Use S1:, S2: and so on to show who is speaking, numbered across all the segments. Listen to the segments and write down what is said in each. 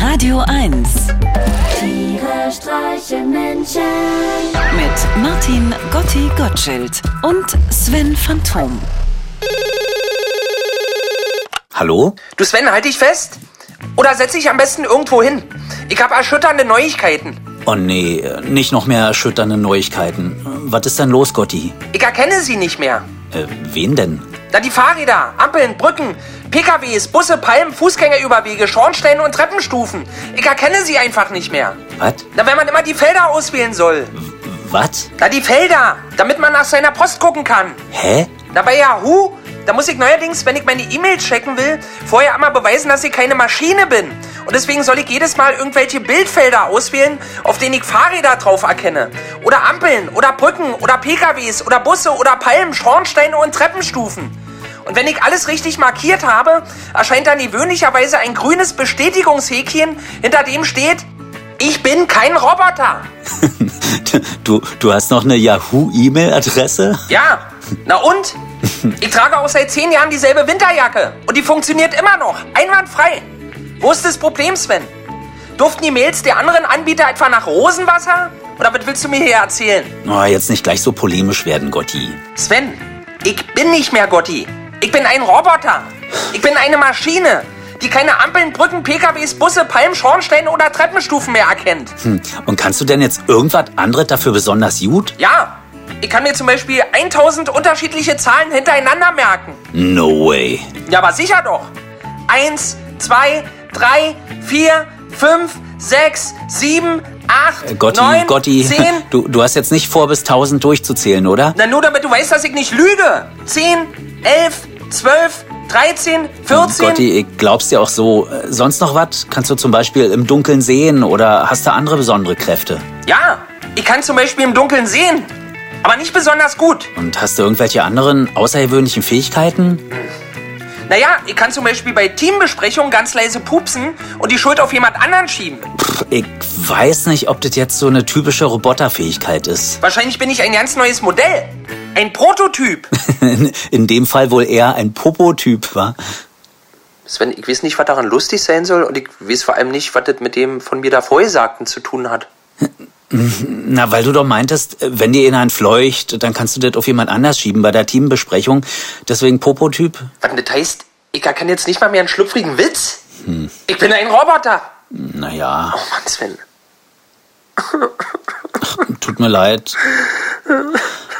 S1: Radio 1
S2: Tiere streichen Menschen.
S1: mit Martin Gotti Gottschild und Sven Phantom.
S3: Hallo?
S4: Du Sven, halt dich fest. Oder setz dich am besten irgendwo hin. Ich habe erschütternde Neuigkeiten.
S3: Oh nee, nicht noch mehr erschütternde Neuigkeiten. Was ist denn los, Gotti?
S4: Ich erkenne sie nicht mehr.
S3: Äh, wen denn?
S4: Na, die Fahrräder, Ampeln, Brücken, PKWs, Busse, Palmen, Fußgängerüberwege, Schornsteine und Treppenstufen. Ich erkenne sie einfach nicht mehr.
S3: Was?
S4: Na, wenn man immer die Felder auswählen soll.
S3: Was?
S4: Na, die Felder, damit man nach seiner Post gucken kann.
S3: Hä?
S4: Na, bei Yahoo, da muss ich neuerdings, wenn ich meine E-Mails checken will, vorher einmal beweisen, dass ich keine Maschine bin. Und deswegen soll ich jedes Mal irgendwelche Bildfelder auswählen, auf denen ich Fahrräder drauf erkenne. Oder Ampeln, oder Brücken, oder PKWs, oder Busse, oder Palmen, Schornsteine und Treppenstufen. Und wenn ich alles richtig markiert habe, erscheint dann gewöhnlicherweise ein grünes Bestätigungshäkchen, hinter dem steht, ich bin kein Roboter.
S3: Du, du hast noch eine Yahoo-E-Mail-Adresse?
S4: Ja, na und? Ich trage auch seit zehn Jahren dieselbe Winterjacke und die funktioniert immer noch, einwandfrei. Wo ist das Problem, Sven? Durften die Mails der anderen Anbieter etwa nach Rosenwasser? Oder was willst du mir hier erzählen?
S3: Oh, jetzt nicht gleich so polemisch werden, Gotti.
S4: Sven, ich bin nicht mehr Gotti. Ich bin ein Roboter. Ich bin eine Maschine, die keine Ampeln, Brücken, PKWs, Busse, Palmen, Schornsteine oder Treppenstufen mehr erkennt.
S3: Hm. Und kannst du denn jetzt irgendwas anderes dafür besonders gut?
S4: Ja, ich kann mir zum Beispiel 1000 unterschiedliche Zahlen hintereinander merken.
S3: No way.
S4: Ja, aber sicher doch. Eins, zwei, drei, vier, fünf, sechs, sieben, acht,
S3: Äh, Gotti,
S4: neun,
S3: Gotti,
S4: zehn.
S3: du, du hast jetzt nicht vor, bis 1000 durchzuzählen, oder?
S4: Na nur damit du weißt, dass ich nicht lüge. Zehn, elf, zwölf, dreizehn, vierzehn.
S3: Gotti, ich glaub's dir auch so. Äh, Sonst noch was? Kannst du zum Beispiel im Dunkeln sehen oder hast du andere besondere Kräfte?
S4: Ja, ich kann zum Beispiel im Dunkeln sehen. Aber nicht besonders gut.
S3: Und hast du irgendwelche anderen außergewöhnlichen Fähigkeiten?
S4: Naja, ich kann zum Beispiel bei Teambesprechungen ganz leise pupsen und die Schuld auf jemand anderen schieben.
S3: Pff, ich weiß nicht, ob das jetzt so eine typische Roboterfähigkeit ist.
S4: Wahrscheinlich bin ich ein ganz neues Modell. Ein Prototyp.
S3: In dem Fall wohl eher ein Popo-Typ, war.
S4: Sven, ich weiß nicht, was daran lustig sein soll und ich weiß vor allem nicht, was das mit dem von mir da vorgesagten zu tun hat.
S3: Na, weil du doch meintest, äh, wenn dir einer entfleucht, dann kannst du das auf jemand anders schieben bei der Teambesprechung. Deswegen Popo-Typ.
S4: Was denn das heißt, ich kann jetzt nicht mal mehr einen schlüpfrigen Witz?
S3: Hm.
S4: Ich bin ein Roboter.
S3: Naja,
S4: Oh Mann, Sven.
S3: tut mir leid.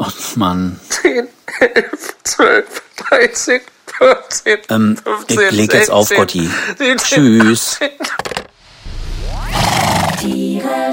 S3: Ach, Mann.
S4: 10, 11, 12, 13, 14,
S3: Ähm, ich
S4: 15,
S3: leg jetzt auf,
S4: 16,
S3: Gotti.
S4: 17,
S3: Tschüss.
S4: 18.
S2: Tiere